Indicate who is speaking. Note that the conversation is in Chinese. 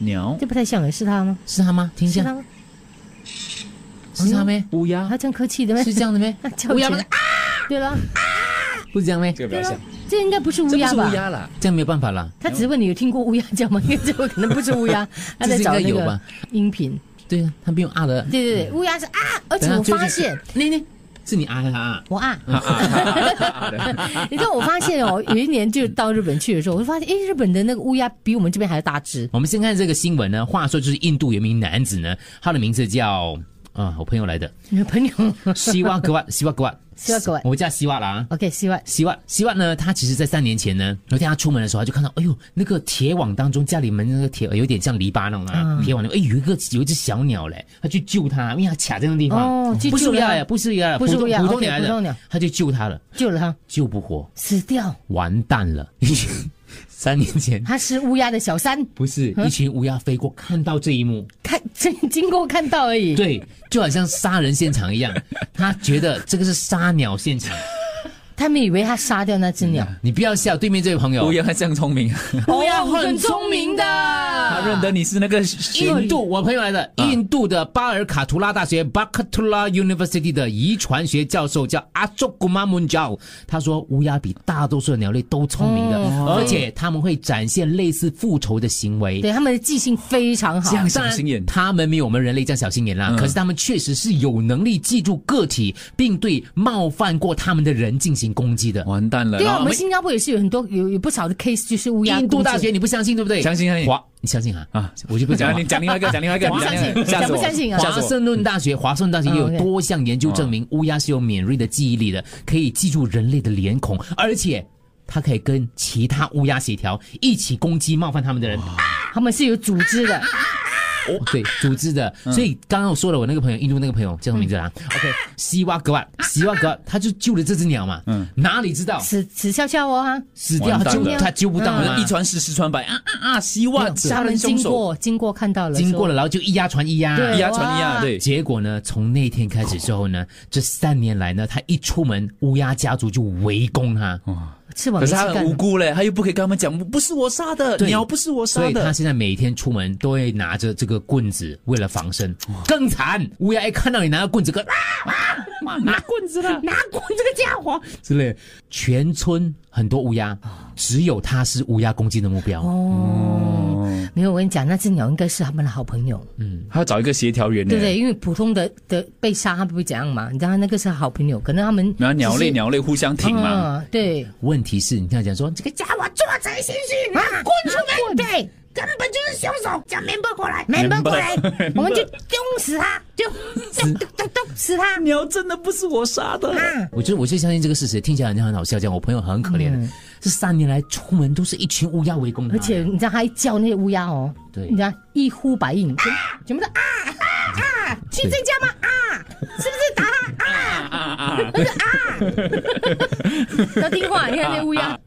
Speaker 1: 鸟
Speaker 2: 这、不太像哎，是他吗？
Speaker 3: 是他吗？听一
Speaker 2: 是
Speaker 3: 下，
Speaker 2: 他吗？嗯
Speaker 3: 是他没？
Speaker 1: 乌鸦
Speaker 2: 他，这样客气的呗
Speaker 3: 是？这样的没？
Speaker 2: 那叫
Speaker 3: 乌鸦
Speaker 2: 起
Speaker 3: 吗
Speaker 2: 来？对了，
Speaker 3: 不是这样没？
Speaker 1: 这个不
Speaker 2: 对
Speaker 1: 要想
Speaker 2: 了，，这应该不是乌
Speaker 1: 这不
Speaker 2: 鸦
Speaker 1: 是
Speaker 2: 吧
Speaker 1: 乌？鸦啦，
Speaker 3: 这样没有办法啦。
Speaker 2: 他只是问你有听过乌鸦叫吗？因为这个可能不是乌鸦，他在找那
Speaker 3: 这是应该有吧
Speaker 2: 个音频。
Speaker 3: 对啊，他没有啊的。
Speaker 2: 对对对，乌鸦是啊，而且
Speaker 3: 等下
Speaker 2: 我
Speaker 3: 最近
Speaker 2: 发现，
Speaker 3: 那那是你啊的啊，
Speaker 2: 我啊，
Speaker 1: 啊对
Speaker 2: 你知道我发现哦，有一年就到日本去的时候，我就发现，哎诶，日本的那个乌鸦比我们这边还要大只。
Speaker 3: 我们先看这个新闻呢。话说，就是印度有一名男子呢，他的名字叫啊，我朋 友来的
Speaker 2: 你的朋友
Speaker 3: 西瓦格瓦，西瓦格瓦，
Speaker 2: 西瓦格瓦
Speaker 3: 我叫西瓦啦啊。
Speaker 2: ，OK，希望
Speaker 3: 希望希望呢，他其实，在三年前呢，有一天他出门的时候，他就看到，哎呦，那个铁网当中，家里门那个铁有点像篱笆那种
Speaker 2: 嗯
Speaker 3: 啊，铁网那种，哎，有一个有一只小鸟嘞，他去救它，因为它卡在那个地方，
Speaker 2: 哦去
Speaker 3: 不是
Speaker 2: 救
Speaker 3: 乌鸦
Speaker 2: 它
Speaker 3: 呀，不是乌鸦，
Speaker 2: 不是
Speaker 3: 普通
Speaker 2: 乌鸦
Speaker 3: 普通
Speaker 2: OK，
Speaker 3: 鸟来
Speaker 2: 普通
Speaker 3: 的
Speaker 2: 鸟，
Speaker 3: 他就救它了，
Speaker 2: 救了他，
Speaker 3: 救不活，
Speaker 2: 死掉。
Speaker 3: 完蛋了， 三年前。
Speaker 2: 他是乌鸦的小三，
Speaker 3: 不是
Speaker 2: 嗯
Speaker 3: 一群乌鸦飞过，看到这一幕，
Speaker 2: 看 经经过看到而已。
Speaker 3: 对，就好像杀人现场一样，他觉得这个是杀鸟现场。
Speaker 2: 他们以为他杀掉那只鸟。
Speaker 3: 你不要笑，对面这位朋友
Speaker 1: 乌，鸦还这样聪明啊，
Speaker 2: 乌鸦很聪明的，
Speaker 1: 他认得你是那个
Speaker 3: 印度，我朋友来
Speaker 2: 啊
Speaker 3: 的，印度的巴尔卡图拉大学 （Bakatula University） 的遗传学教授叫阿卓古玛munjal，他说乌鸦比大多数的鸟类都聪明的，
Speaker 2: 哦
Speaker 1: 哦
Speaker 3: 而且他们会展现类似复仇的行为。
Speaker 2: 对他们的记性非常好
Speaker 1: 这。样
Speaker 3: 当
Speaker 1: 小
Speaker 3: 然
Speaker 1: 心眼，嗯
Speaker 3: 他们没有我们人类这样小心眼啦。可是他们确实是有能力记住个体，并对冒犯过他们的人进行攻击的。
Speaker 1: 完蛋了。
Speaker 2: 对
Speaker 1: 然
Speaker 2: 啊，
Speaker 1: 后
Speaker 2: 我们新加坡也是有很多有有不少的 case，就是乌鸦。
Speaker 3: 印度大学，你不相信对不对？
Speaker 1: 相信相信
Speaker 3: 华，你相信啊？
Speaker 1: 啊，
Speaker 3: 我就不讲
Speaker 1: 讲
Speaker 3: 了
Speaker 1: 你。讲另外一 个，讲另外一个，
Speaker 2: 我不
Speaker 1: 讲另外一个
Speaker 2: 相信
Speaker 1: 吓死我
Speaker 2: 我不相信啊
Speaker 1: 吓
Speaker 3: 华
Speaker 1: 死我
Speaker 3: 盛顿大学，华盛顿大学也有
Speaker 2: 嗯，OK
Speaker 3: 多项研究证明，乌鸦是有敏锐的记忆力的，可以记住人类的脸孔，而且它可以跟其他乌鸦协调，一起攻击冒犯他们的人。哦
Speaker 2: 他们是有组织的。
Speaker 3: 对，组织的。所以刚刚我说了，我那个朋友，印度那个朋友叫什么名字啊？OK，西瓦格瓦，西瓦格瓦，他就救了这只鸟嘛。嗯，哪里知道
Speaker 2: 此此笑笑哦哈，
Speaker 3: 死掉，
Speaker 1: 完
Speaker 3: 他
Speaker 1: 蛋
Speaker 3: 救
Speaker 1: 了
Speaker 3: 他救不到
Speaker 1: 我
Speaker 3: 了
Speaker 1: 们
Speaker 3: 嘛
Speaker 1: 一。传十，十传百啊啊啊！希望
Speaker 2: 他
Speaker 1: 杀
Speaker 2: 们
Speaker 1: 人凶
Speaker 2: 经
Speaker 1: 手，
Speaker 2: 过经过看到了，
Speaker 3: 经过了，然后就一鸦传一鸦。
Speaker 2: 对
Speaker 1: 一鸦传一鸦，
Speaker 2: 哇
Speaker 1: 对，
Speaker 3: 结果呢，从那天开始之后呢，这三年来呢，他一出门，乌鸦家族就围攻他，
Speaker 2: 说翅膀
Speaker 1: 可
Speaker 2: 没
Speaker 1: 是
Speaker 2: 事
Speaker 1: 他
Speaker 2: 干
Speaker 1: 很无
Speaker 2: 了。
Speaker 1: 辜嘞，他又不可以跟他们讲，不是我杀的，
Speaker 3: 对
Speaker 1: 鸟不是我杀
Speaker 3: 所以他
Speaker 1: 的。
Speaker 3: 现在每天出门都会拿着这个棍子，为了防身。更惨，乌鸦一看到你拿着棍子，跟啊啊，拿棍子了，拿棍这个家伙之类的。全村很多乌鸦，
Speaker 1: 啊
Speaker 3: 只有他是乌鸦攻击的目标。
Speaker 1: 哦，
Speaker 2: 没有，我跟你讲，那只鸟应该是他们的好朋友，
Speaker 1: 他要找一个协调员呢，
Speaker 2: 对不对？因为普通的的被杀，他不会怎样嘛。你知道，那个是好朋友，可能他们
Speaker 1: 然后鸟
Speaker 2: 只
Speaker 1: 类
Speaker 2: 是
Speaker 1: 鸟类互相挺嘛，
Speaker 2: 啊，对，
Speaker 3: 问题是，你看讲说这个家伙做贼心虚，拿棍子
Speaker 2: 对，对，
Speaker 4: 根本就是凶手，叫 member 过来
Speaker 2: 没
Speaker 1: 明
Speaker 2: 搬
Speaker 1: 白
Speaker 2: 过来，我们就丢死他，就咚咚咚死他。
Speaker 1: 啊鸟真的不是我杀的。
Speaker 2: 啊
Speaker 3: 我就我就相信这个事实，听起来好像很好笑，这样我朋友很可怜的。
Speaker 1: 嗯
Speaker 3: 这三年来出门都是一群乌鸦围攻他，
Speaker 2: 而且你知道，他一叫那些乌鸦哦，
Speaker 3: 对
Speaker 2: 你知道一呼百应，全全部都啊啊啊，去这家吗？啊，是不是打他啊？他就啊，都听话，你看那乌鸦。